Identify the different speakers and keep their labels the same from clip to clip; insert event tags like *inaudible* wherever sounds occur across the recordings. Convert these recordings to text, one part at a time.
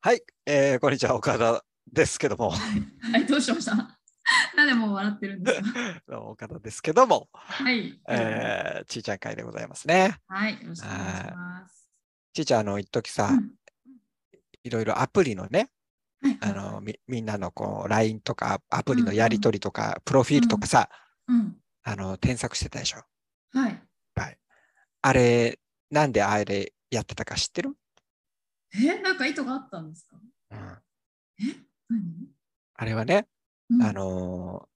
Speaker 1: はい、えー、こんにちは、岡田ですけども、 *laughs*
Speaker 2: はい、どうしましたなんでもう笑ってるんですか
Speaker 1: *laughs* どうも岡田ですけども、
Speaker 2: はい、
Speaker 1: えー、ちーちゃん会でございますね。
Speaker 2: はい、よろしくお願いします。
Speaker 1: ちーちゃん、あの、一時さ
Speaker 2: う、ん
Speaker 1: いろいろアプリのね、
Speaker 2: はい
Speaker 1: あの、みみんなのこう、LINE とか、アプリの
Speaker 2: うん
Speaker 1: やり取りとか、プロフィールとかさ、
Speaker 2: うん、
Speaker 1: あの、添削してたでしょ。
Speaker 2: はい。
Speaker 1: あれ、なんであれやってたか知ってる、
Speaker 2: え、なんか意図があったんですか
Speaker 1: うん、
Speaker 2: 何
Speaker 1: あれはね、
Speaker 2: うん
Speaker 1: あの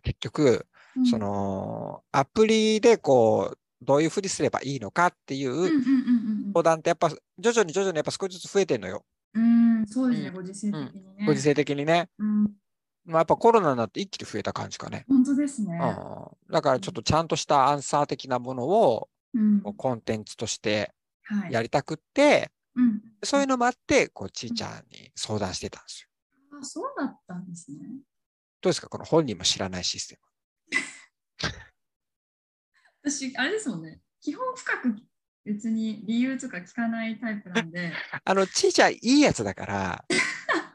Speaker 1: ー結局、
Speaker 2: うん
Speaker 1: その、アプリでこう、どういうふうにすればいいのかってい
Speaker 2: うんう
Speaker 1: うん
Speaker 2: うん
Speaker 1: 相談ってやっぱ徐々に徐々にやっぱ少しずつ増えてんのよ、
Speaker 2: うん。うん、そうですね、
Speaker 1: うん
Speaker 2: ご時世的にね。
Speaker 1: ご時世的にね。
Speaker 2: うん、
Speaker 1: まあ、やっぱコロナになって一気に増えた感じかね。
Speaker 2: 本当ですね。
Speaker 1: うん、だからちょっとちゃんとしたアンサー的なものを
Speaker 2: うん
Speaker 1: こうコンテンツとして
Speaker 2: はい。
Speaker 1: やりたくって、
Speaker 2: うん。
Speaker 1: そういうのもあって、こう、ちいちゃんに相談してたんですよ。
Speaker 2: あ、そうだったんですね。
Speaker 1: どうですかこの本人も知らないシステム。
Speaker 2: 私、あれですもんね。基本深く別に理由とか聞かないタイプ
Speaker 1: *laughs*
Speaker 2: なんで。
Speaker 1: あの、ちいちゃんいいやつだ
Speaker 2: *laughs*
Speaker 1: から、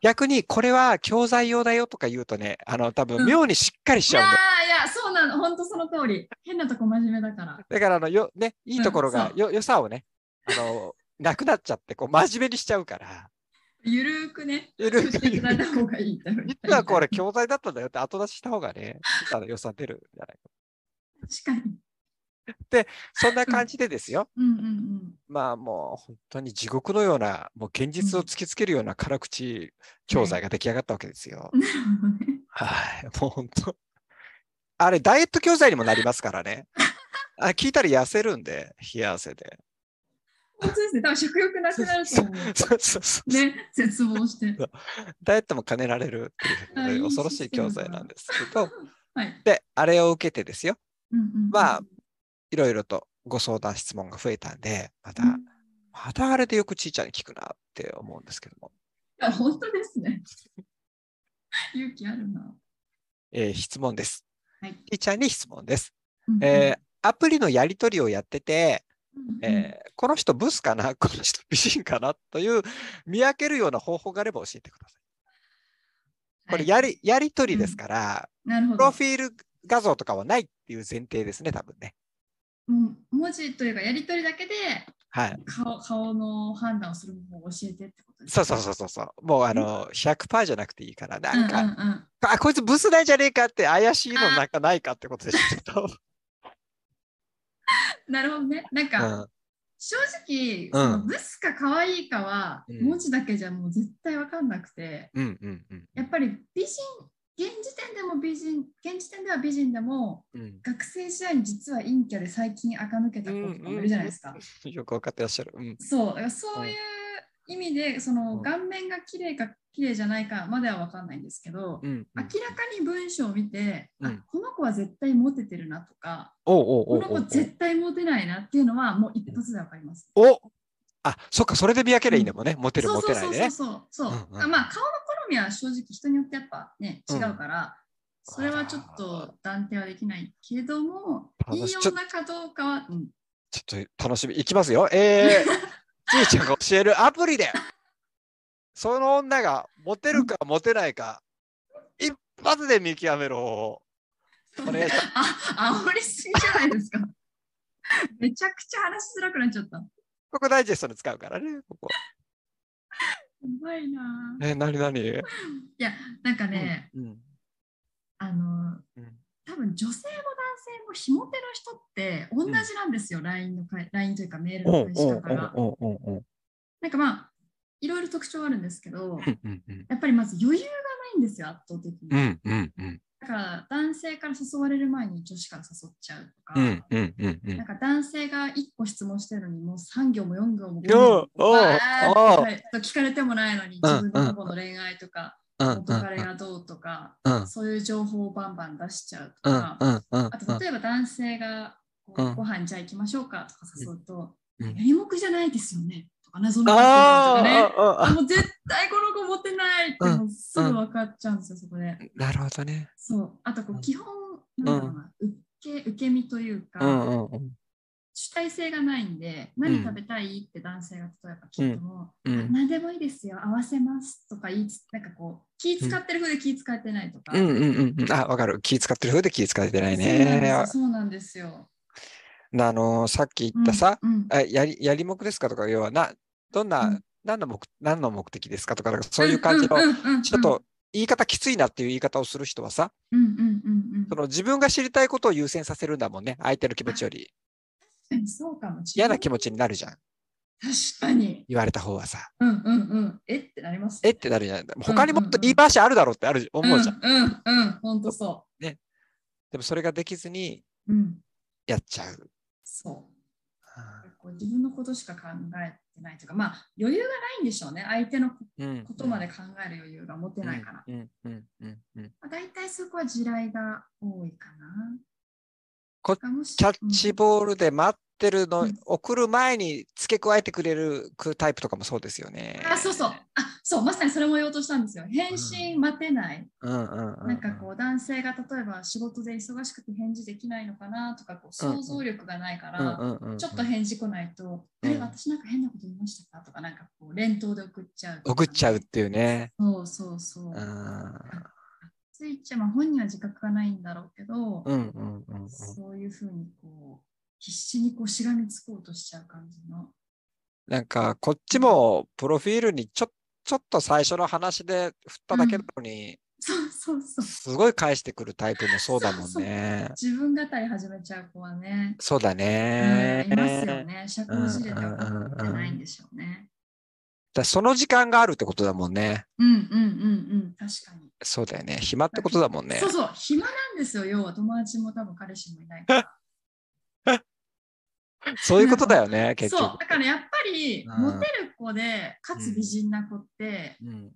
Speaker 1: 逆にこれは教材用だよとか言うとね、あの、多分妙にしっかりし
Speaker 2: い
Speaker 1: ち
Speaker 2: や
Speaker 1: ゃう
Speaker 2: ー
Speaker 1: んだよ。
Speaker 2: いや、そうなの、本当その通り。変なとこ真面目だから。
Speaker 1: だから、あの、よ、ね、いいところが
Speaker 2: う、ん
Speaker 1: よ、良さをね、あの、なくなっちゃって、こう、真面目にしちゃうから、
Speaker 2: ゆるーくね、
Speaker 1: ゆるーく
Speaker 2: していただいた方がいいって思います。
Speaker 1: 実は
Speaker 2: *laughs*
Speaker 1: これ教材だったんだよって後出しした方がね、ちいちゃんの良さ出るんじゃないか。
Speaker 2: 確かに。
Speaker 1: そんな感じでですよ。
Speaker 2: うんうん
Speaker 1: まあもう本当に地獄のような、もう現実を突きつけるような辛口教材が出来上がったわけですよ。
Speaker 2: うん。なるほどね。
Speaker 1: はい、もう本当。あれ、ダイエット教材にもなりますからね。あ聞いたら痩せるんで、冷や汗で。
Speaker 2: 本当ですね。多分食欲なくなると思う。
Speaker 1: *laughs* そうそうそう
Speaker 2: ね、絶望して。
Speaker 1: ダイエットも兼ねられるって
Speaker 2: あ
Speaker 1: い
Speaker 2: いうい
Speaker 1: 恐ろしい教材なんですけど、
Speaker 2: はい。
Speaker 1: で、あれを受けてですよ、
Speaker 2: うんうん、
Speaker 1: まあ、いろいろとご相談質問が増えたんで、また、
Speaker 2: うんい
Speaker 1: またあれでよくちいちゃんに聞くなって思うんですけども、
Speaker 2: や、本当ですね。勇気あるな。
Speaker 1: えー質問です。
Speaker 2: はい。
Speaker 1: ちいちゃんに質問です。
Speaker 2: うんうん
Speaker 1: えーアプリのやり取りをやってて、
Speaker 2: うんうん
Speaker 1: えーこの人ブスかな、 *laughs* この人美人かなという見分けるような方法があれば教えてください。これ
Speaker 2: は
Speaker 1: やり、やり取りですから、
Speaker 2: い、なるほ
Speaker 1: プロ
Speaker 2: ど
Speaker 1: フ。ィール画像とかはないっていう前提ですね、多分ね。
Speaker 2: もう文字というか、やりとりだけで
Speaker 1: はい。
Speaker 2: 顔顔の判断をする方法を教えてってことです
Speaker 1: そうそうそうそうそう。もうあの、100%じゃなくていいから、
Speaker 2: か。
Speaker 1: なんか、
Speaker 2: うんうんうん、
Speaker 1: あ、こいつブスなんじゃねえかって怪しいのなんかないかってことでしょ、ち
Speaker 2: *laughs*
Speaker 1: ょっ
Speaker 2: なるほどね。なん
Speaker 1: と。
Speaker 2: か、
Speaker 1: うん
Speaker 2: 正直、
Speaker 1: うん
Speaker 2: そのブスか可愛いかは、
Speaker 1: うん
Speaker 2: 文字だけじゃもう絶対分かんなくて、
Speaker 1: うんうんうん
Speaker 2: やっぱり美人現時点でも美人現時点では美人でも
Speaker 1: うん。
Speaker 2: 学生時代に実は陰キャで最近垢抜けた子とかもいるじゃないですか、
Speaker 1: うん。 *laughs* よくわかってらっしゃる。うん。
Speaker 2: そうだからそういう意味でその、
Speaker 1: うん
Speaker 2: 顔面が綺麗か綺麗じゃないかまでは分かんないんですけど、
Speaker 1: うん、
Speaker 2: 明らかに文章を見て、
Speaker 1: うん
Speaker 2: あこの子は絶対モテてるなとか、
Speaker 1: おうおうおう
Speaker 2: こ
Speaker 1: お
Speaker 2: の
Speaker 1: う
Speaker 2: 子絶対モテないなっていうのはもう一発で分かります。
Speaker 1: おあ、そっか、それで見分けりゃいいんだもんね。モテる、
Speaker 2: そ
Speaker 1: モ
Speaker 2: うそ
Speaker 1: テ
Speaker 2: う
Speaker 1: な
Speaker 2: そ
Speaker 1: いうで
Speaker 2: そう
Speaker 1: ね。
Speaker 2: そうそう、
Speaker 1: うんうん
Speaker 2: あまあ顔の好みは正直人によってやっぱね
Speaker 1: う
Speaker 2: 違
Speaker 1: ん
Speaker 2: うから、それはちょっと断定はできないけども
Speaker 1: あ
Speaker 2: いい
Speaker 1: のちょ
Speaker 2: 女かどうかは、うん、
Speaker 1: ちょっと楽しみ。いきますよ。
Speaker 2: *laughs*
Speaker 1: えー、ちいちゃんが教えるアプリで、その女がモテるかモテないか、一発で見極める方法。お願いしま
Speaker 2: あ煽りすぎじゃないですか *laughs* めちゃくちゃ話しづらくなっちゃったや
Speaker 1: ここダイジェストに使うからね、ここ。
Speaker 2: ばいな
Speaker 1: えー、なになに
Speaker 2: いやなんかね、
Speaker 1: うん。
Speaker 2: あの
Speaker 1: うん
Speaker 2: 多分女性も男性も非モテの人って同じなんですよ、LINE の会 LINE というかメール
Speaker 1: お
Speaker 2: の
Speaker 1: う
Speaker 2: 返し
Speaker 1: おう
Speaker 2: 方が
Speaker 1: おうおうおうおう
Speaker 2: なんかまあいろいろ特徴はあるんですけど
Speaker 1: うんうんうん
Speaker 2: やっぱりまず余裕がないんですよ、圧倒的に。
Speaker 1: うんうんうん
Speaker 2: だから男性から誘われる前に女子から誘っちゃうとか、
Speaker 1: うんうんうんうん
Speaker 2: なんか男性が1個質問してるのにもう3行も4行も5
Speaker 1: おう
Speaker 2: 行
Speaker 1: おうお
Speaker 2: も
Speaker 1: う
Speaker 2: わーって聞かれてもないのに
Speaker 1: うん
Speaker 2: 自分の過去の恋愛とか
Speaker 1: うんうん
Speaker 2: 元彼がどうとか
Speaker 1: うん
Speaker 2: そういう情報をバンバン出しちゃうと
Speaker 1: うん
Speaker 2: か
Speaker 1: うんうん
Speaker 2: あと例えば男性がこ
Speaker 1: うん
Speaker 2: うご飯じゃあ行きましょうかとか誘うと
Speaker 1: うんうん
Speaker 2: やりもくじゃないですよねとか謎のこととかね
Speaker 1: ああ
Speaker 2: あもう絶対この子持ってないって
Speaker 1: うん
Speaker 2: もうすぐ分かっちゃうんですよ、そこで。
Speaker 1: なるほどね。
Speaker 2: そう。あとこ
Speaker 1: うん
Speaker 2: う、基本、なんだろうな、受け、受け身というか、
Speaker 1: うんうん。
Speaker 2: 主体性がないんで、何食べたいって男性が例えば聞いても、
Speaker 1: うん
Speaker 2: 何でもいいですよ、合わせますとか言いつ、なんかこう、気使ってる風で気使ってないとか。
Speaker 1: うんうんうん。あ、わかる。気使ってる風で気使ってないね。
Speaker 2: そうなんですよ。
Speaker 1: あの、さっき
Speaker 2: そ
Speaker 1: 言
Speaker 2: うなんですよ
Speaker 1: ったさ、、
Speaker 2: うんうん
Speaker 1: あやり、やりもくですかとか、要はな、どんな、
Speaker 2: うん
Speaker 1: 何の目、何の目的ですかとか、なんかそういう感じの、
Speaker 2: うんうんうんうん
Speaker 1: ちょっと、言い方きついなっていう言い方をする人はさ、
Speaker 2: うんうんうんうん
Speaker 1: その自分が知りたいことを優先させるんだもんね。相手の気持ちより。
Speaker 2: 確かにそうかもしれ
Speaker 1: 嫌
Speaker 2: な。
Speaker 1: ない気持ちになるじゃん。
Speaker 2: 確かに。
Speaker 1: 言われた方はさ。
Speaker 2: うんうんうん。えってなります、
Speaker 1: えってなるじゃない。他にもっと
Speaker 2: うんうんうん
Speaker 1: いい場所あるだろうってある思うじゃん。
Speaker 2: ん。うんうん。本当そ
Speaker 1: でもそれができずに
Speaker 2: う。うん。
Speaker 1: やっちゃう。
Speaker 2: そう。こう自分のことしか考えてないというか、まあ余裕がないんでしょうね。相手のこ
Speaker 1: うん
Speaker 2: とまで考える余裕が持てないから。
Speaker 1: うんうんうんうん。
Speaker 2: まあ、大体そこは地雷が多いかな。
Speaker 1: こ
Speaker 2: っ
Speaker 1: キャッチボールで待ってるの、送る前に付け加えてくれるタイプとかもそうですよね。
Speaker 2: あ、そうそう。あ、そう、まさにそれも言おうとしたんですよ。返信待てない。
Speaker 1: うんうんうん。
Speaker 2: なんかこう、男性が例えば仕事で忙しくて返事できないのかなとか、こう想像力がないから、
Speaker 1: うんうんうん、
Speaker 2: ちょっと返事来ないと、
Speaker 1: うん
Speaker 2: あれ、私なんか変なこと言いましたかとか、なんかこう、連投で送っちゃう。
Speaker 1: 送っちゃうっ。ていうね。
Speaker 2: そうそうそうう。
Speaker 1: ん
Speaker 2: ついちゃ、まあ本人は自覚がないんだろうけ
Speaker 1: う
Speaker 2: ど、
Speaker 1: んうんうんうん。
Speaker 2: そういうふうにこう、必死にこうしがみつこうとしちゃう感じの。
Speaker 1: なんかこっちもプロフィールにちょちょっと最初の話で振っただけなのに、
Speaker 2: そうそうそう。
Speaker 1: すごい返してくるタイプもそうだもんね。
Speaker 2: 自分語り始めちゃう子はね、
Speaker 1: そうだ
Speaker 2: うん
Speaker 1: ね。
Speaker 2: いますよね。社
Speaker 1: うんうん
Speaker 2: 交辞令では分かって
Speaker 1: うんう
Speaker 2: ない
Speaker 1: ん
Speaker 2: んでしょうね。
Speaker 1: だその時間があるってことだもんね。
Speaker 2: うんうんうんうん、確かに。
Speaker 1: そうだよね。暇ってことだもんね
Speaker 2: そう。そう、暇なんですよ、要は友達も多分彼氏もいないから。
Speaker 1: そういうことだよね、結
Speaker 2: そう
Speaker 1: 局。
Speaker 2: だからやっぱり
Speaker 1: うん
Speaker 2: モテる子でかつ美人な子って、
Speaker 1: うんうん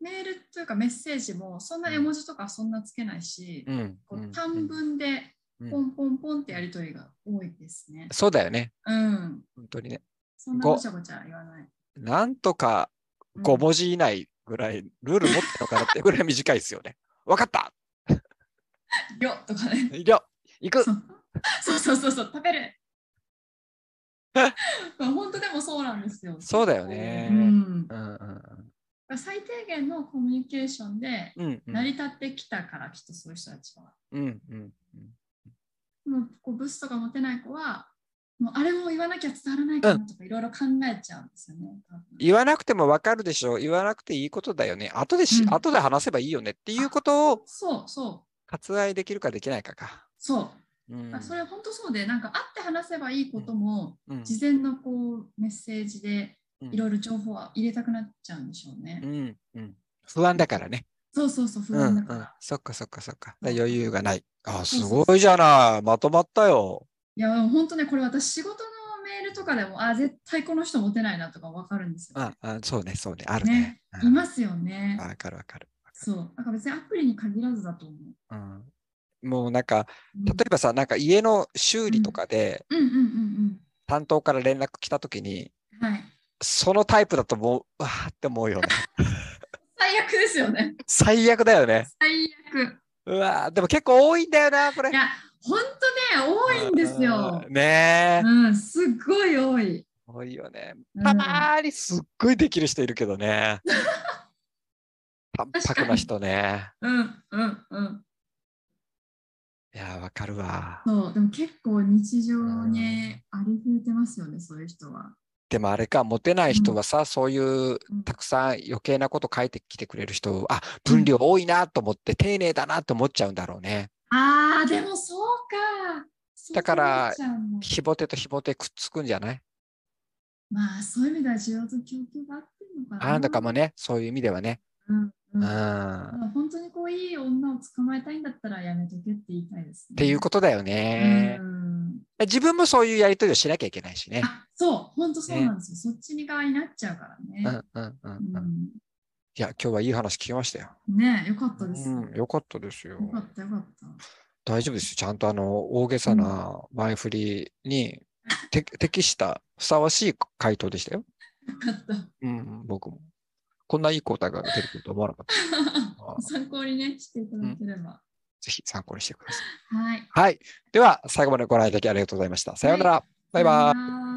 Speaker 2: メールというかメッセージもそんな絵文字とかそんなつけないし、
Speaker 1: うんう
Speaker 2: こうん短文で
Speaker 1: うん
Speaker 2: ポンポンポンってやり取りが多いですね。
Speaker 1: そうだよね。
Speaker 2: うん、
Speaker 1: 本当にね。
Speaker 2: そんな
Speaker 1: ご
Speaker 2: ごちゃごちゃ言わない。
Speaker 1: なんとか
Speaker 2: うん
Speaker 1: 5文字以内ぐらい、ルール持ってるのかなってぐらい短いですよね。わかった
Speaker 2: よっとか
Speaker 1: *laughs*
Speaker 2: ね。
Speaker 1: い行く
Speaker 2: そうそうそうそうそう、食
Speaker 1: *laughs*
Speaker 2: べる。まあ本当でもそうなんですよ。
Speaker 1: そうだよね
Speaker 2: うん
Speaker 1: う、んうん
Speaker 2: 最低限のコミュニケーションで
Speaker 1: うんうん
Speaker 2: 成り立ってきたから、きっとそういう人たちは。
Speaker 1: うんうん
Speaker 2: もうこうブスとか持てない子は、もうあれも言わなきゃ伝わらないかなとかいろいろ考えちゃうんですよね。多分
Speaker 1: 言わなくてもわかるでしょう。言わなくていいことだよね。後でし、
Speaker 2: うん
Speaker 1: 後で話せばいいよねっていうことを
Speaker 2: そうそう
Speaker 1: 割愛できるかできないかか。
Speaker 2: そうう。
Speaker 1: ん
Speaker 2: あそれは本当そうで、なんか会って話せばいいことも、
Speaker 1: うん
Speaker 2: 事前のこうメッセージでいろ
Speaker 1: う
Speaker 2: いろ情報は入れたくなっちゃうんでしょうね。
Speaker 1: んうん不安だからね。
Speaker 2: そうそうそう、不
Speaker 1: うん
Speaker 2: 安
Speaker 1: う
Speaker 2: だから。
Speaker 1: ん
Speaker 2: い。
Speaker 1: そっかそっかそっか。
Speaker 2: うん
Speaker 1: 余裕がない。あ、
Speaker 2: そう
Speaker 1: す
Speaker 2: そう
Speaker 1: ごいじゃない。まとまったよ。
Speaker 2: や、でも本当ね、これ私仕事のメールとかでも、あ、絶対この人モテないなとかわかるんですよ。
Speaker 1: あ、あそうね、そうね。あるね
Speaker 2: ね。、
Speaker 1: う
Speaker 2: い
Speaker 1: ん
Speaker 2: ますよね。
Speaker 1: わかるわかる。
Speaker 2: そう。だから別にアプリに限らずだと思う。
Speaker 1: うんもうなんか、
Speaker 2: うん
Speaker 1: 例えばさ、なんか家の修理とかで
Speaker 2: うんうんうん
Speaker 1: 担当から連絡来たときに、
Speaker 2: うん。はい。
Speaker 1: そのタイプだともう、うわーって思うよね。
Speaker 2: 最悪ですよね。
Speaker 1: 最悪だよね。
Speaker 2: 最悪。
Speaker 1: うわーでも結構多いんだよな、これ
Speaker 2: い。や、本当ね、多いんですよ
Speaker 1: う。んねえ、
Speaker 2: うん、すっごい多い。
Speaker 1: 多いよね。
Speaker 2: うん
Speaker 1: たまーにすっごいできる人いるけど
Speaker 2: *laughs*
Speaker 1: ね。淡白な人ね。
Speaker 2: うんうんうん。
Speaker 1: いやー、わかるわ。
Speaker 2: そう、でも結構日常にありふれてますよね、そういう人は。
Speaker 1: でもあれか、モテない人はさ、そういう
Speaker 2: うん
Speaker 1: たくさん余計なこと書いてきてくれる人、あ、分量多いなと思って、丁寧だなと思っちゃうんだろうね。
Speaker 2: あー、でもそうか。
Speaker 1: だから
Speaker 2: そうなっちゃうの
Speaker 1: ひぼてとひぼてくっつくんじゃない
Speaker 2: まあ、そういう意味では需要と供給があってるのかな。
Speaker 1: あんだかもね、そういう意味ではね。
Speaker 2: うんう。
Speaker 1: うんん。
Speaker 2: ま
Speaker 1: っ
Speaker 2: あ本当にこういい女を捕まえたいんだったらやめとけって言いたいです、ね。
Speaker 1: ていうことだよね
Speaker 2: う。ん
Speaker 1: 自分もそういうやりとりをしなきゃいけないしね。
Speaker 2: あそう、本当そうなんですよ。そっちに側になっちゃうから
Speaker 1: う
Speaker 2: ね。
Speaker 1: んうんうん
Speaker 2: う
Speaker 1: うん。
Speaker 2: ん
Speaker 1: いや、今日はいい話聞きましたよ。
Speaker 2: ねえ、よかったです。よ
Speaker 1: うん、よかったですよ。
Speaker 2: かった、よかった。
Speaker 1: 大丈夫ですよ。ちゃんとあの、大げさな前振りにて適したふさわしい回答でしたよ。
Speaker 2: よか *laughs* っ
Speaker 1: うん、僕も。 *laughs* こんないい答えが出てくると思わなかった。あ
Speaker 2: た。参考にね、していただければ。
Speaker 1: ぜひ参考にしてください。
Speaker 2: はい。
Speaker 1: はい。では、最後までご覧いただきありがとうございました。さようなら。バイバイ。
Speaker 2: イ。